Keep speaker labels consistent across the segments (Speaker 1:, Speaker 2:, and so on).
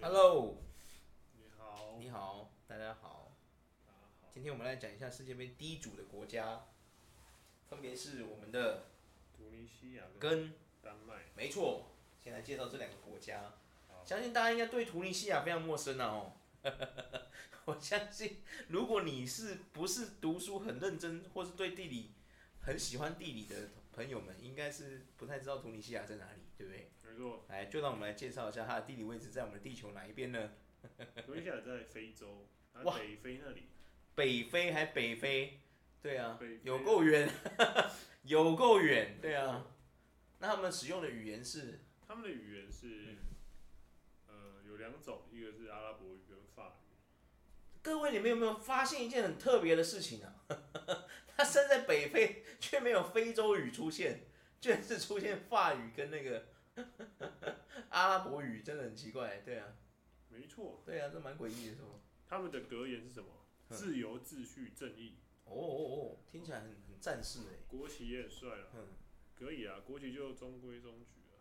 Speaker 1: Hello，
Speaker 2: 你好，
Speaker 1: 你好，大家好。
Speaker 2: 大家好，
Speaker 1: 今天我们来讲一下世界杯第一组的国家，分别是我们的
Speaker 2: 突尼西亚跟
Speaker 1: 跟
Speaker 2: 丹麦，
Speaker 1: 没错。先来介绍这两个国家，
Speaker 2: 好，
Speaker 1: 相信大家应该对图尼西亚非常陌生啊哦。 我相信，如果你是不是读书很认真，或是对地理很喜欢地理的朋友们，应该是不太知道图尼西亚在哪里，对不对？
Speaker 2: 没错，
Speaker 1: 来，就让我们来介绍一下它的地理位置在我们的地球哪一边呢？
Speaker 2: 突尼西亚在非洲，它
Speaker 1: 哇
Speaker 2: 北非那里，
Speaker 1: 北非还北非，对啊
Speaker 2: 北非，
Speaker 1: 有够远， 有够远，对啊。那他们使用的语言是
Speaker 2: 他们的语言是，呃，有两种，一个是阿拉伯语跟法语，
Speaker 1: 各位，你们有没有发现一件很特别的事情啊？ 他身在北非，却没有非洲语出现，居然是出现法语跟那个 阿拉伯语，真的很奇怪。对啊，
Speaker 2: 没错，
Speaker 1: 对啊，这蛮诡异的，是吗？
Speaker 2: 他们的格言是什么？
Speaker 1: 嗯
Speaker 2: 自由、秩序、正义，
Speaker 1: 哦哦哦，听起来很很战士哎。
Speaker 2: 国旗也很帅了，
Speaker 1: 嗯，
Speaker 2: 可以啊，国旗就中规中矩啊，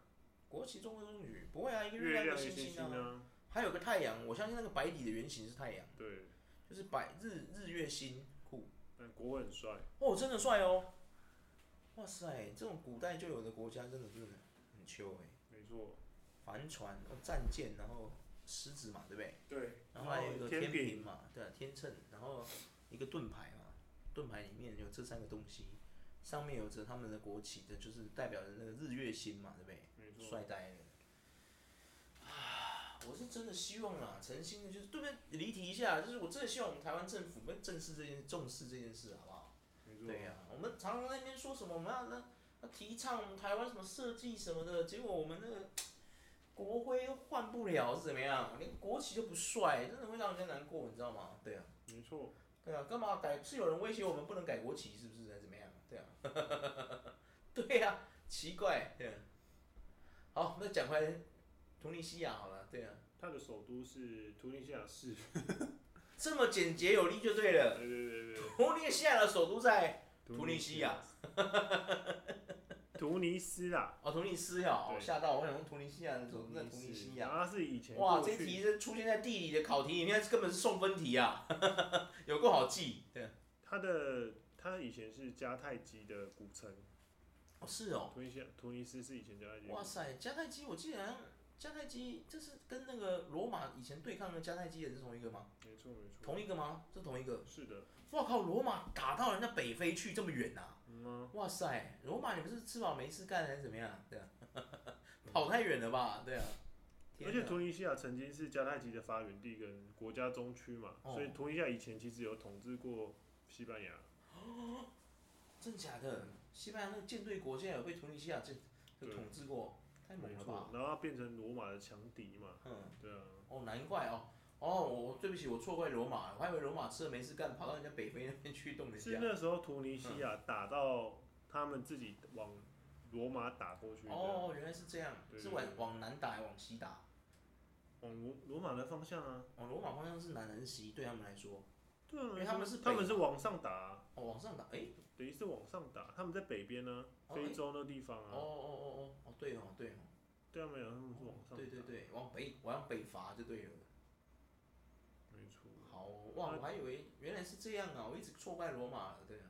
Speaker 1: 国旗中规中矩，不会啊，一个
Speaker 2: 月
Speaker 1: 月亮一
Speaker 2: 亮
Speaker 1: 个
Speaker 2: 一
Speaker 1: 星
Speaker 2: 星
Speaker 1: 星啊，
Speaker 2: 啊，
Speaker 1: 还有个太阳。我相信那个白底的圆形是太阳，
Speaker 2: 对，
Speaker 1: 就是白日日月星酷。
Speaker 2: 但国很帅，
Speaker 1: 哦，真的帅哦！哇塞，这种古代就有的国家真的是很秋哎、
Speaker 2: 没错，
Speaker 1: 帆船、哦战舰，然后狮子嘛，对不对？
Speaker 2: 对，
Speaker 1: 然后还有一个
Speaker 2: 哦天
Speaker 1: 天平
Speaker 2: 平，
Speaker 1: 嘛，对、啊，天秤，然后一个盾牌嘛，盾牌里面有这三个东西，上面有着他们的国旗，这就是代表着那个日月星嘛，对不对？
Speaker 2: 没错，
Speaker 1: 帅呆了！啊，我是真的希望啊，诚心的，就是对不对？离题一下，就是我真的希望我们台湾政府跟正视这件重视这件事，好不好？
Speaker 2: 没错，
Speaker 1: 对呀、我们常常在那边说什么我们要那要提倡我们台湾什么设计什么的，结果我们那个国徽都换不了是怎么样？连国旗都不帅，真的会让人家难过，你知道吗？对啊，
Speaker 2: 没错，
Speaker 1: 对啊，干嘛改？是有人威胁我们不能改国旗，是不是？还是怎么样？对啊， 对呀、奇怪，对、啊。好，那讲回来，突尼西亚好了，对啊，
Speaker 2: 它的首都是突尼西亚市，
Speaker 1: 这么简洁有力就对了。
Speaker 2: 对对对对。
Speaker 1: 突尼西亚的首都在突尼西亚，
Speaker 2: 突尼斯 啊啦，
Speaker 1: 哦，突尼斯呀，哦
Speaker 2: 对
Speaker 1: 吓到我，想说突尼西亚的首都在突尼西亚。
Speaker 2: 然后是以前
Speaker 1: 哇，
Speaker 2: 过
Speaker 1: 这
Speaker 2: 去
Speaker 1: 一题是出现在地理的考题里面，根本是送分题啊， 有够好记。对，啊
Speaker 2: 它的它以前是迦太基的古城，
Speaker 1: 哦是哦，
Speaker 2: 突尼西亚突尼斯是以前迦太基的古
Speaker 1: 哇
Speaker 2: 城，
Speaker 1: 塞，迦太基，我记得好像迦太基，这是跟那个罗马以前对抗的迦太基人是同一个吗？
Speaker 2: 没错没错，
Speaker 1: 同一个吗？是同一个。
Speaker 2: 是的，
Speaker 1: 哇靠，罗马打到人家北非去这么远呐、
Speaker 2: 嗯啊，
Speaker 1: 哇塞，罗马你们是吃饱没事干还是怎么样？对啊， 跑太远了吧？对啊。天
Speaker 2: 而
Speaker 1: 哪
Speaker 2: 且突尼西亚曾经是迦太基的发源地跟国家中区嘛，
Speaker 1: 哦
Speaker 2: 所以突尼西亚以前其实有统治过西班牙，
Speaker 1: 真假的，西班牙那个舰队国现在有被突尼西亚这这
Speaker 2: 对
Speaker 1: 统治过，太猛
Speaker 2: 没
Speaker 1: 了
Speaker 2: 错
Speaker 1: 吧，？
Speaker 2: 然后它变成罗马的强敌嘛，
Speaker 1: 嗯。
Speaker 2: 对啊，
Speaker 1: 哦，难怪哦。哦，我对不起，我错怪罗马了，我还以为罗马吃了没事干，跑到人家北非那边去动人
Speaker 2: 是
Speaker 1: 家。
Speaker 2: 那时候突尼西亚
Speaker 1: 嗯
Speaker 2: 打到他们自己往罗马打过去的。
Speaker 1: 哦，原来是这样，
Speaker 2: 对
Speaker 1: 是
Speaker 2: 对
Speaker 1: 往
Speaker 2: 对
Speaker 1: 往南打还是往西打？
Speaker 2: 往罗罗马的方向啊，
Speaker 1: 往罗马方向是南还是西？对他们来说，
Speaker 2: 对啊，
Speaker 1: 因为他们是北
Speaker 2: 他们是往上打啊、
Speaker 1: 哦，往上打，哎、
Speaker 2: 等于是往上打，他们在北边呢、
Speaker 1: 哦
Speaker 2: 非洲那地方
Speaker 1: 哦
Speaker 2: 啊，
Speaker 1: 哦哦哦哦，对哦对哦，
Speaker 2: 对啊，没有，他们是往上打，
Speaker 1: 对对，对，往北往北伐就对了。
Speaker 2: 没错，
Speaker 1: 好哦，哇，
Speaker 2: 那
Speaker 1: 我还以为原来是这样啊，我一直错怪罗马了，对啊，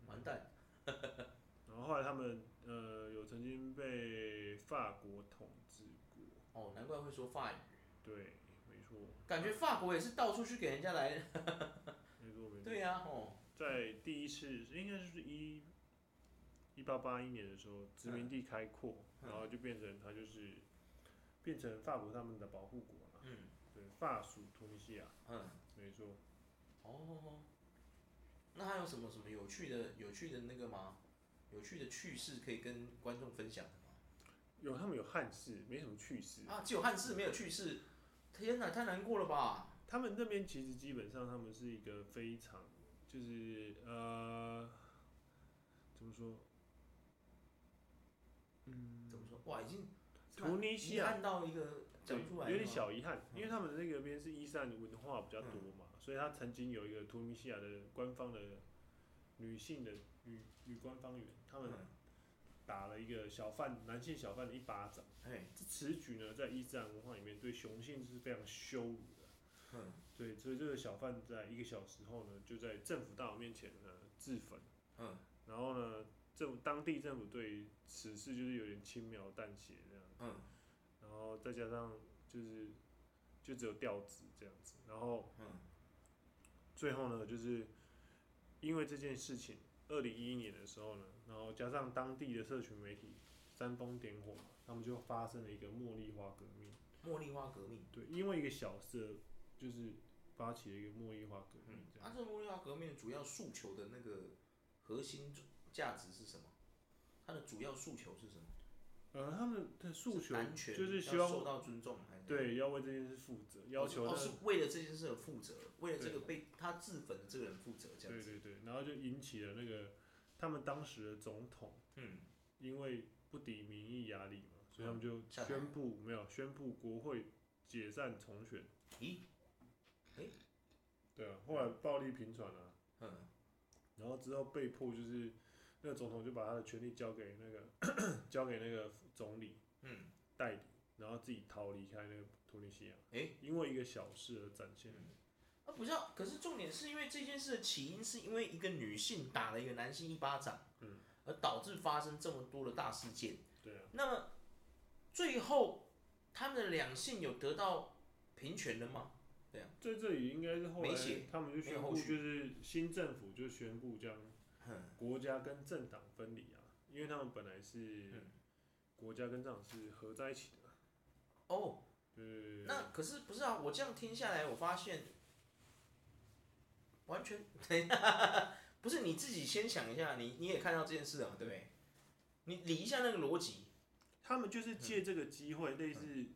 Speaker 2: 嗯
Speaker 1: 完蛋，
Speaker 2: 然后后来他们呃有曾经被法国统治过，
Speaker 1: 哦，难怪会说法语，
Speaker 2: 对，没错，
Speaker 1: 感觉法国也是到处去给人家来，
Speaker 2: 没错没错，
Speaker 1: 对呀、哦，
Speaker 2: 在第一次应该就是一一八八一年的时候，殖民地开阔，
Speaker 1: 嗯
Speaker 2: 然后就变成它就是变成法国他们的保护国了，
Speaker 1: 嗯
Speaker 2: 对，法属突尼西亚，
Speaker 1: 嗯。
Speaker 2: 没错。
Speaker 1: 哦，那还有什么什么有趣的、有趣的那个吗？有趣的趣事可以跟观众分享的吗？
Speaker 2: 有他们有汉室，没什么趣事。
Speaker 1: 啊，只有汉室没有趣事，天哪，太难过了吧？
Speaker 2: 他们那边其实基本上他们是一个非常就是呃怎么说？嗯，
Speaker 1: 怎么说？哇，已经
Speaker 2: 突尼西亚
Speaker 1: 看到一个讲不出来
Speaker 2: 对
Speaker 1: 了
Speaker 2: 有点
Speaker 1: 吗，
Speaker 2: 小遗憾，
Speaker 1: 嗯
Speaker 2: 因为他们的那个边是伊斯兰文化比较多嘛，所以他曾经有一个突尼西亚的官方的女性的女女官方员，他们
Speaker 1: 嗯
Speaker 2: 打了一个小贩南线小贩的一巴掌。
Speaker 1: 哎，
Speaker 2: 这此举呢，在伊斯兰文化里面对雄性是非常羞辱的。
Speaker 1: 嗯
Speaker 2: 对，所以这个小贩在一个小时后呢，就在政府大楼面前呢自焚。
Speaker 1: 嗯，
Speaker 2: 然后呢，政府当地政府对此事就是有点轻描淡写这样，
Speaker 1: 嗯，
Speaker 2: 然后再加上就是就只有调子这样子，然后
Speaker 1: 嗯
Speaker 2: 最后呢，就是因为这件事情，二零一一年的时候呢，然后加上当地的社群媒体煽风点火嘛，他们就发生了一个茉莉花革命。
Speaker 1: 茉莉花革命，
Speaker 2: 对，因为一个小事，就是发起了一个茉莉花革命
Speaker 1: 嗯
Speaker 2: 这，样。
Speaker 1: 啊，这茉莉花革命的主要诉求的那个核心价值是什么？它的主要诉求是什么？
Speaker 2: 呃，他们的诉求
Speaker 1: 是安全
Speaker 2: 就是希
Speaker 1: 要
Speaker 2: 望
Speaker 1: 受到尊重，还是
Speaker 2: 对要为这件事负责，要求
Speaker 1: 哦
Speaker 2: 他
Speaker 1: 是为了这件事而负责，为了这
Speaker 2: 对
Speaker 1: 个被他自焚的这个人负责，这样
Speaker 2: 对
Speaker 1: 子。
Speaker 2: 对对，然后就引起了那个他们当时的总统，
Speaker 1: 嗯，
Speaker 2: 因为不敌民意压力嘛，所以他们就
Speaker 1: 嗯下台
Speaker 2: 宣布没有宣布国会解散重选。
Speaker 1: 咦，
Speaker 2: 对啊，后来暴力频传啊，
Speaker 1: 嗯
Speaker 2: 然后之后被迫就是那个总统就把他的权力交给那个 交给那个总理
Speaker 1: 嗯，
Speaker 2: 代理，然后自己逃离开那个突尼西亚，
Speaker 1: 诶
Speaker 2: 因为一个小事而展现。
Speaker 1: 啊，不是啊，可是重点是因为这件事的起因是因为一个女性打了一个男性一巴掌，
Speaker 2: 嗯，
Speaker 1: 而导致发生这么多的大事件。
Speaker 2: 对啊，
Speaker 1: 那么最后他们的两性有得到平权了吗？
Speaker 2: 在这里应该是后来
Speaker 1: 没写
Speaker 2: 他们就
Speaker 1: 没有
Speaker 2: 宣
Speaker 1: 后
Speaker 2: 布，
Speaker 1: 续
Speaker 2: 就是新政府就宣布将
Speaker 1: 哼，
Speaker 2: 国家跟政党分离啊，因为他们本来是
Speaker 1: 嗯
Speaker 2: 国家跟政党是合在一起的啊。
Speaker 1: 哦，
Speaker 2: 对对对对对
Speaker 1: 那可是不是啊？我这样听下来，我发现完全 等一下，不是你自己先想一下，你你也看到这件事了啊嘛，对不对？你理一下那个逻辑，
Speaker 2: 他们就是借这个机会，类似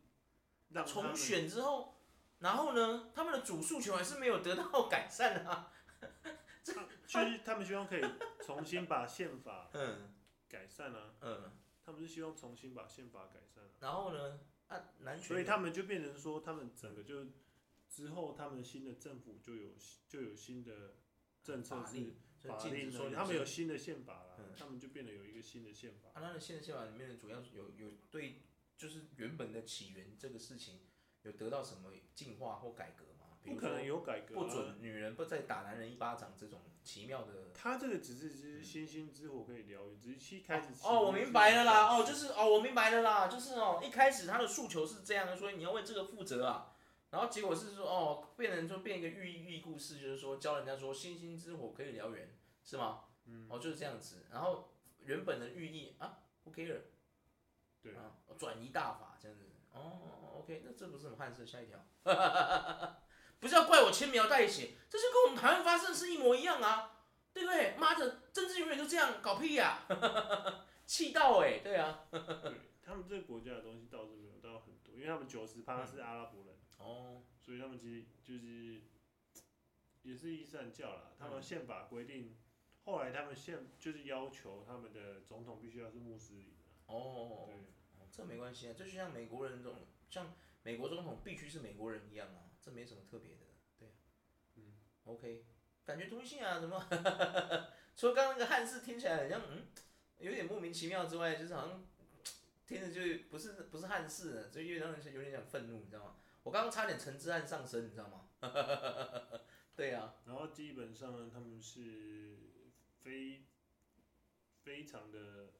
Speaker 2: 让他们
Speaker 1: 嗯重选之后，然后呢，他们的主诉求还是没有得到改善啊。
Speaker 2: 就是他们希望可以重新把宪法
Speaker 1: 嗯
Speaker 2: 改善啊，
Speaker 1: 嗯，
Speaker 2: 他们是希望重新把宪法改善啊，
Speaker 1: 然后呢，啊，男权，
Speaker 2: 所以他们就变成说，他们整个就之后他们新的政府就有就有新的政策
Speaker 1: 法
Speaker 2: 是
Speaker 1: 令就
Speaker 2: 法
Speaker 1: 禁止
Speaker 2: 令
Speaker 1: 说
Speaker 2: 说
Speaker 1: 女
Speaker 2: 他们
Speaker 1: 性
Speaker 2: 有新的宪法啦
Speaker 1: 嗯，
Speaker 2: 他们就变得有一个新的宪法
Speaker 1: 啊，。他的宪宪法里面的主要有有对，就是原本的起源这个事情有得到什么进化或改革吗？比
Speaker 2: 不
Speaker 1: 如
Speaker 2: 可
Speaker 1: 说
Speaker 2: 能有改革、啊，
Speaker 1: 不准女人不再打男人一巴掌这种奇妙的。
Speaker 2: 他这个只是只是星星之火可以燎原，只是一开始
Speaker 1: 哦，我明白了啦，哦，就是是哦，我明白了啦，就是哦，一开始他的诉求是这样的，所以你要为这个负责啊。然后结果是说，哦，变成说变一个寓意寓意故事，就是说教人家说星星之火可以燎原，是吗？嗯，哦，就是这样子。然后原本的寓意啊，who care？
Speaker 2: 对
Speaker 1: 啊，转移大法这样子。哦，OK，那这不是什么汉字，下一条。 不是要怪我轻描淡写，这就跟我们台湾发生的事一模一样啊，对不对？妈的，政治永远都这样，搞屁呀、气到哎、对啊。
Speaker 2: 对他们这个国家的东西倒是没有到很多，因为他们九十趴是阿拉伯人，
Speaker 1: 哦，
Speaker 2: 所以他们其实就是也是伊斯兰教啦。他们宪法规定，后来他们宪就是要求他们的总统必须要是穆斯林啊。
Speaker 1: 哦，
Speaker 2: 对，
Speaker 1: 这没关系啊，这就像美国人这种，像美国总统必须是美国人一样啊，这没什么特别的，对啊。
Speaker 2: 嗯
Speaker 1: ，OK，感觉通信啊，什么， 除了刚刚那个汉字听起来很像，嗯，有点莫名其妙之外，就是好像听着就不是不是汉字了，就有点让人有点想愤怒，你知道吗？我刚刚差点陈之汉上身，你知道吗？ 对啊，
Speaker 2: 然后基本上呢，他们是非非常的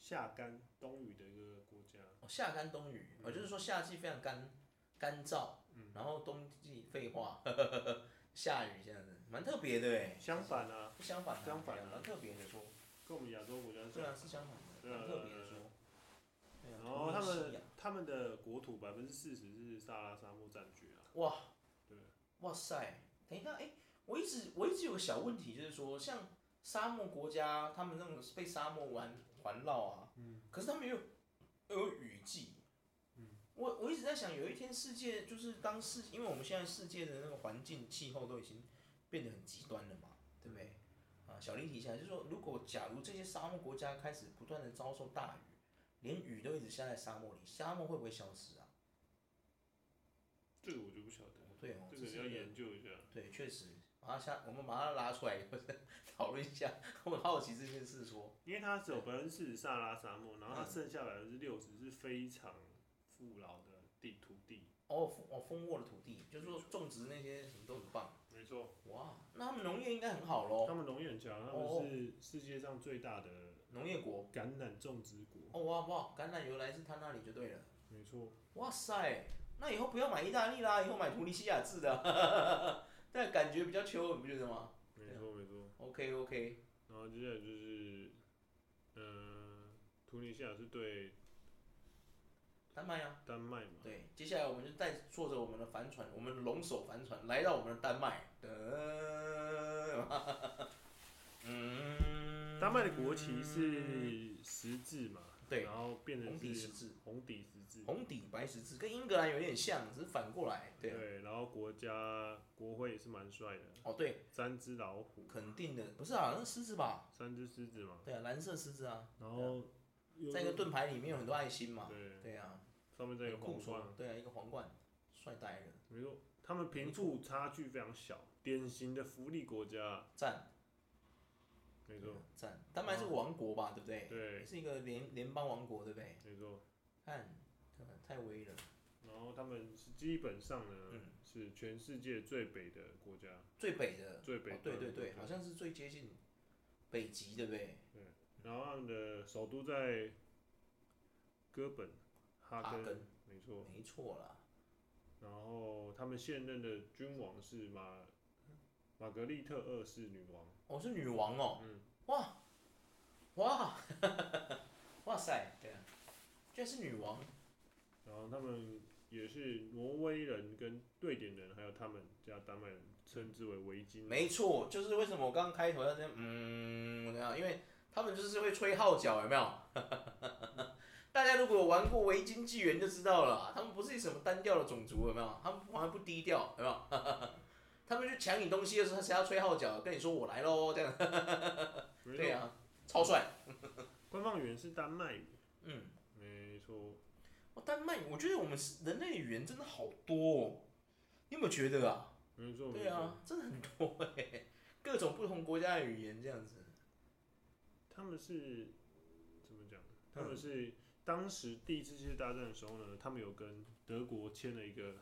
Speaker 2: 下干冬雨的一个国家。
Speaker 1: 哦夏干冬雨，哦，就是说夏季非常干干燥，
Speaker 2: 嗯
Speaker 1: 然后冬季废话， 下雨这样子，蛮特别的哎。
Speaker 2: 相反啊，
Speaker 1: 不相反的，
Speaker 2: 相反的
Speaker 1: 蛮特别的说，
Speaker 2: 跟我们亚洲国家
Speaker 1: 对
Speaker 2: 相
Speaker 1: 啊，
Speaker 2: 反。
Speaker 1: 是相反的，
Speaker 2: 对啊
Speaker 1: 蛮特别的说。对啊
Speaker 2: 然后哦他
Speaker 1: 同一个信
Speaker 2: 们
Speaker 1: 仰
Speaker 2: 他们的国土百分之四十是撒哈拉沙漠占据啊。
Speaker 1: 哇，
Speaker 2: 对，
Speaker 1: 哇塞，等一下，哎、我一直我一直有个小问题，就是说，像沙漠国家，他们那种被沙漠环环绕啊，
Speaker 2: 嗯，
Speaker 1: 可是他们又又有雨季，
Speaker 2: 嗯，
Speaker 1: 我我一直在想，有一天世界就是当世，因为我们现在世界的那个环境气候都已经变得很极端了嘛，对不对？啊，小林提起来就是说，如果假如这些沙漠国家开始不断的遭受大雨，连雨都一直下在沙漠里，沙漠会不会消失啊？
Speaker 2: 这个我就不晓得，
Speaker 1: 对哦，哦
Speaker 2: 这
Speaker 1: 这
Speaker 2: 个
Speaker 1: 是
Speaker 2: 要
Speaker 1: 一个
Speaker 2: 研究一下。
Speaker 1: 对，确实啊，马上下，我们马上拿出来 讨论一下。我很好奇这件事说，
Speaker 2: 因为它只有百分之四十撒拉沙漠，然后它剩下百分之六十是非常富饶的地土地。
Speaker 1: 哦，丰哦丰沃的土地，就是说种植那些什么都很棒。
Speaker 2: 没错，
Speaker 1: 哇，那他们农业应该很好喽，
Speaker 2: 他们农业很强，他
Speaker 1: 哦
Speaker 2: 们是世界上最大的
Speaker 1: 农业国。
Speaker 2: 橄榄种植国。
Speaker 1: 哦哇哇，橄榄油来自他那里就对了。
Speaker 2: 没错，
Speaker 1: 哇塞，那以后不要买意大利啦，以后买图尼西亚制的， 但感觉比较秋，你不觉得吗
Speaker 2: 没错，没错。
Speaker 1: ？OK OK，
Speaker 2: 然后接下来就是，呃，突尼西亚是对
Speaker 1: 丹麦啊，
Speaker 2: 丹麦嘛？
Speaker 1: 对，接下来我们就带坐着我们的帆船，我们的龙首帆船来到我们的丹麦。噔 嗯，
Speaker 2: 丹麦的国旗是十字嘛？
Speaker 1: 对
Speaker 2: 然后变
Speaker 1: 红
Speaker 2: 成
Speaker 1: 底十
Speaker 2: 是
Speaker 1: 字，
Speaker 2: 红底十字。
Speaker 1: 红底白十字，跟英格兰有点像，只是反过来。对，啊
Speaker 2: 对，然后国家国徽也是蛮帅的，
Speaker 1: 哦对，
Speaker 2: 三只老虎，
Speaker 1: 肯定的，不是啊，那狮子吧？
Speaker 2: 三只狮子嘛，
Speaker 1: 对啊，蓝色狮子啊，
Speaker 2: 然后又
Speaker 1: 在一个盾牌里面有很多爱心嘛。
Speaker 2: 对，
Speaker 1: 对啊，
Speaker 2: 上面再一个
Speaker 1: 很
Speaker 2: 皇
Speaker 1: 酷爽
Speaker 2: 冠，。
Speaker 1: 对啊，一个皇冠，帅呆了，
Speaker 2: 没错，他们贫富差距非常小，典型的福利国家，
Speaker 1: 赞，
Speaker 2: 没错，啊
Speaker 1: 赞。丹麦是个王国吧，对不对？
Speaker 2: 对，
Speaker 1: 是一个联联邦王国，对不对？
Speaker 2: 没错。
Speaker 1: 看，真的呃太威了。
Speaker 2: 然后他们是基本上呢、
Speaker 1: 嗯
Speaker 2: 是全世界最北的国家，
Speaker 1: 最北的，
Speaker 2: 最北
Speaker 1: 哦，对对
Speaker 2: 对
Speaker 1: 对，好像是最接近北极，对不对？
Speaker 2: 然后他们的首都在哥本哈
Speaker 1: 哈
Speaker 2: 根，
Speaker 1: 根，
Speaker 2: 没错。
Speaker 1: 没错啦。
Speaker 2: 然后他们现任的君王是玛玛格丽特二世女王，
Speaker 1: 哦，是女王哦，
Speaker 2: 嗯
Speaker 1: 哇，哇， 哇塞，对啊，居然是女王，
Speaker 2: 然后他们也是挪威人跟瑞典人，还有他们加丹麦人称之为维京人。
Speaker 1: 没错，就是为什么我刚刚开头要这样，嗯，我怎样？因为他们就是会吹号角，有没 有？大家如果有玩过《维京纪元》就知道了啊，他们不是什么单调的种族，有没有？他们从来不低调，有没有？ 他们去抢你东西的时候，谁要吹号角，跟你说我来喽，这样
Speaker 2: 没
Speaker 1: 对
Speaker 2: 错，
Speaker 1: 啊，超帅。
Speaker 2: 官方语言是丹麦语，
Speaker 1: 嗯，
Speaker 2: 没错。
Speaker 1: 哦，丹麦，我觉得我们是人类语言真的好多哦，你有没有觉得啊？
Speaker 2: 没错，没
Speaker 1: 对
Speaker 2: 错。
Speaker 1: 啊，真的很多哎、各种不同国家的语言这样子。
Speaker 2: 他们是怎么讲？他们是当时第一次世界大战的时候呢，他们有跟德国签了一个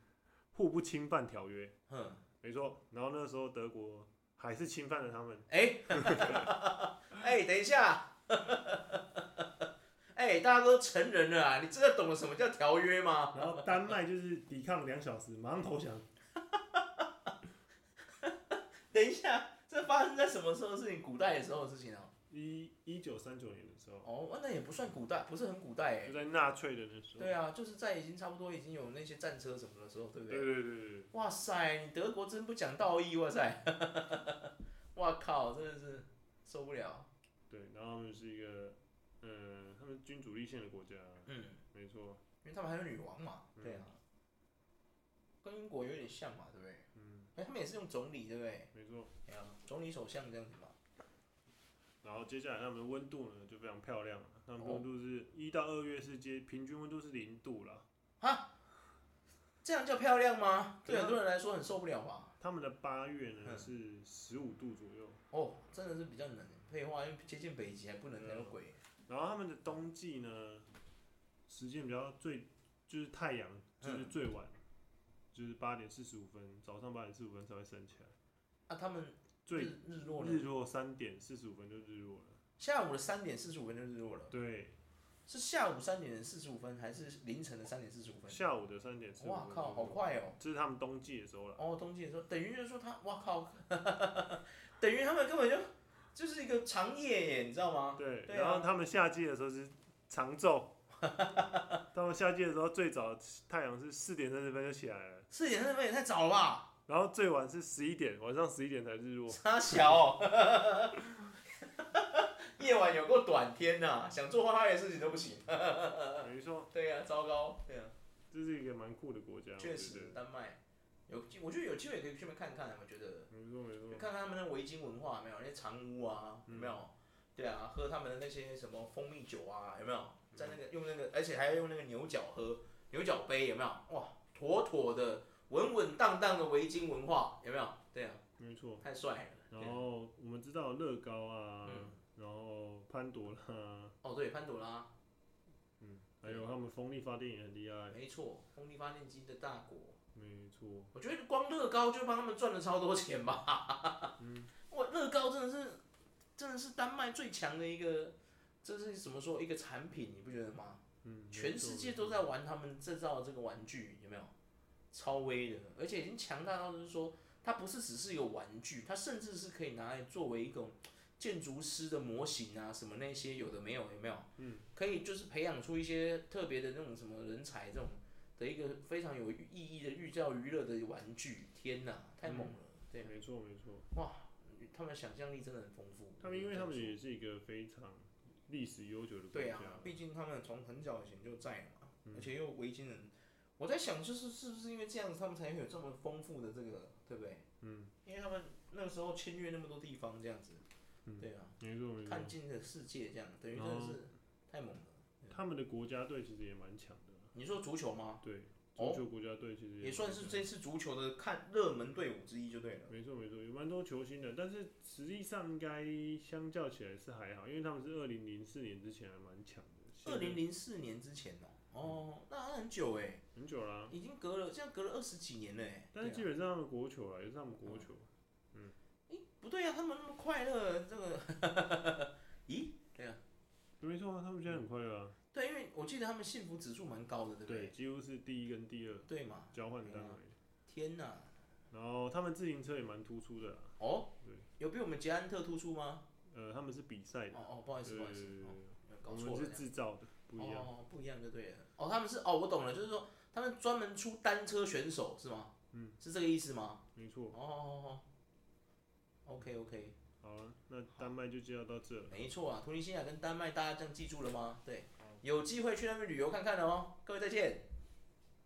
Speaker 2: 互不侵犯条约，
Speaker 1: 哼，
Speaker 2: 没错。然后那时候德国还是侵犯了他们，
Speaker 1: 哎、哎、等一下，哎、大家都成人了啊，你真的懂得什么叫条约吗？
Speaker 2: 然后丹麦就是抵抗两小时，马上投降。
Speaker 1: 等一下，这发生在什么时候的事情？古代的时候的事情啊？
Speaker 2: 一一九三九年的时候，
Speaker 1: 哦，那也不算古代，不是很古代哎、
Speaker 2: 就在纳粹的那时候。
Speaker 1: 对啊，就是在已经差不多已经有那些战车什么的时候，对不
Speaker 2: 对对对对，
Speaker 1: 哇塞，你德国真不讲道义，哇塞！ 哇靠，真的是受不了。
Speaker 2: 对，然后他们是一个，呃，他们是君主立宪的国家，
Speaker 1: 嗯，
Speaker 2: 没错，
Speaker 1: 因为他们还有女王嘛，
Speaker 2: 嗯
Speaker 1: 对啊，跟英国有点像嘛，对不对？
Speaker 2: 嗯，
Speaker 1: 哎、他们也是用总理，对不对？
Speaker 2: 没错。
Speaker 1: 哎呀，总理首相这样子嘛。
Speaker 2: 然后接下来他们的温度呢就非常漂亮了，他们
Speaker 1: 哦
Speaker 2: 的温度是一到二月是接平均温度是零度啦。
Speaker 1: 这样叫漂亮吗？对
Speaker 2: 对啊
Speaker 1: 很多人来说很受不了吧？
Speaker 2: 他们的八月呢
Speaker 1: 嗯
Speaker 2: 是十五度左右，
Speaker 1: 哦，真的是比较冷，废话，因为接近北极还不冷，
Speaker 2: 嗯
Speaker 1: 才有鬼。
Speaker 2: 然后他们的冬季呢时间比较最就是太阳就是
Speaker 1: 嗯
Speaker 2: 最晚，就是八点四十五分，早上八点四十五分才会升起来，
Speaker 1: 啊，他们
Speaker 2: 最
Speaker 1: 日日落
Speaker 2: 日
Speaker 1: 呢？
Speaker 2: 落三点四十五分就日落了。
Speaker 1: 下午的三点四十五分就日落了，
Speaker 2: 对，
Speaker 1: 是下午三点四十五分还是凌晨的三点四十五分？
Speaker 2: 下午的三点四十五
Speaker 1: 哇
Speaker 2: 分。
Speaker 1: 靠，好！快哦！
Speaker 2: 这是他们冬季的时候了。
Speaker 1: 哦，冬季的时候，等于就是说他，哇靠， 等于他们根本就就是一个长夜耶，你知道吗？
Speaker 2: 对，
Speaker 1: 对啊
Speaker 2: 然后他们夏季的时候是长昼， 他们夏季的时候最早太阳是四点三十分就起来了，
Speaker 1: 四点三十分也太早了吧？
Speaker 2: 然后最晚是十一点，晚上十一点才 日落。
Speaker 1: 差小、哦，夜晚有够短，天呐，想做花花园的事情都不行。
Speaker 2: 等于说
Speaker 1: 对呀、糟糕。对呀、
Speaker 2: 这是一个蛮酷的国家，我觉
Speaker 1: 确
Speaker 2: 得。
Speaker 1: 实，丹麦有机，我觉得有机会可以去那边看看，我觉得。
Speaker 2: 没错没错，
Speaker 1: 看看他们的维京文化有没有，那些藏屋啊，有没有？对啊，喝他们的那些什么蜂蜜酒啊，有没有？在那个用那个，而且还要用那个牛角喝，牛角杯有没有？哇，妥妥的，稳稳当当的维京文化有没有？对啊，
Speaker 2: 没错。
Speaker 1: 太帅了。对啊
Speaker 2: 然后我们知道乐高啊，
Speaker 1: 嗯
Speaker 2: 然后潘多拉啊，
Speaker 1: 哦，对，潘朵拉，
Speaker 2: 嗯，还有他们风力发电也很厉害，
Speaker 1: 没错，风力发电机的大国，
Speaker 2: 没错，
Speaker 1: 我觉得光乐高就帮他们赚了超多钱吧。 哇，乐高真的是，真的是丹麦最强的一个，这是怎么说一个产品，你不觉得吗？
Speaker 2: 嗯，
Speaker 1: 全世界都
Speaker 2: 在。
Speaker 1: 在玩他们制造的这个玩具，有没有？超威的，而且已经强大到就是说，它不是只是一个玩具，它甚至是可以拿来作为一种建筑师的模型啊，什么那些有的没有，有没有？嗯，可以就是培养出一些特别的那种什么人才这种的一个非常有意义的寓教于乐的玩具。天哪，太猛了！对，
Speaker 2: 没错没错，
Speaker 1: 哇，他们想象力真的很丰富。
Speaker 2: 他们因为他们也是一个非常历史悠久的国
Speaker 1: 对
Speaker 2: 家，
Speaker 1: 啊，毕竟他们从很早以前就在了嘛，
Speaker 2: 嗯
Speaker 1: 而且又维京人，我在想就是是不是因为这样子他们才会有这么丰富的这个，对不对？嗯，因为他们那个时候侵略那么多地方这样子，
Speaker 2: 嗯
Speaker 1: 对啊，
Speaker 2: 没错没错
Speaker 1: 看，尽了世界这样，等于真的
Speaker 2: 哦
Speaker 1: 是太猛了。
Speaker 2: 他们的国家队其实也蛮强的，
Speaker 1: 你说足球吗？
Speaker 2: 对，
Speaker 1: 哦
Speaker 2: 足球国家队其实
Speaker 1: 也
Speaker 2: 蛮
Speaker 1: 算是
Speaker 2: 强
Speaker 1: 这次足球的看热门队伍之一就对了。
Speaker 2: 没错没错，有蛮多球星的，但是实际上应该相较起来是还好，因为他们是二零零四年之前还蛮强的，现
Speaker 1: 二
Speaker 2: 在
Speaker 1: 零零四年之前哦，
Speaker 2: 嗯
Speaker 1: 哦，那很久哎，
Speaker 2: 很久啦、
Speaker 1: 已经隔了，这样隔了二十几年了哎。
Speaker 2: 但是
Speaker 1: 对啊
Speaker 2: 基本上他们国球啦，也是他们国球，
Speaker 1: 嗯不对啊，他们那么快乐，这个，咦，对啊，
Speaker 2: 没错啊，他们现在很快乐啊，
Speaker 1: 对，因为我记得他们幸福指数蛮高的，对不
Speaker 2: 对，
Speaker 1: 对？
Speaker 2: 几乎是第一跟第二
Speaker 1: 对嘛，
Speaker 2: 交换单
Speaker 1: 对啊
Speaker 2: 位，
Speaker 1: 天哪，
Speaker 2: 然后他们自行车也蛮突出的啦，
Speaker 1: 哦
Speaker 2: 对，
Speaker 1: 有比我们捷安特突出吗？
Speaker 2: 呃，他们是比赛
Speaker 1: 哦
Speaker 2: 的，
Speaker 1: 哦，不好意思，不好意思，
Speaker 2: 对对对
Speaker 1: 哦
Speaker 2: 对
Speaker 1: 搞
Speaker 2: 我
Speaker 1: 错
Speaker 2: 们
Speaker 1: 了
Speaker 2: 是，制造的，不一样。
Speaker 1: 哦，不一样就对了。哦，他们是哦，我懂了，就是说他们专门出单车选手是吗？嗯，是这个意思吗？
Speaker 2: 没
Speaker 1: 哦
Speaker 2: 错，
Speaker 1: 哦哦哦，OK OK，
Speaker 2: 好了，那丹麦就介绍到这。
Speaker 1: 没错啊，突尼西亚跟丹麦，大家这样记住了吗？对，有机会去那边旅游看看哦，各位再见。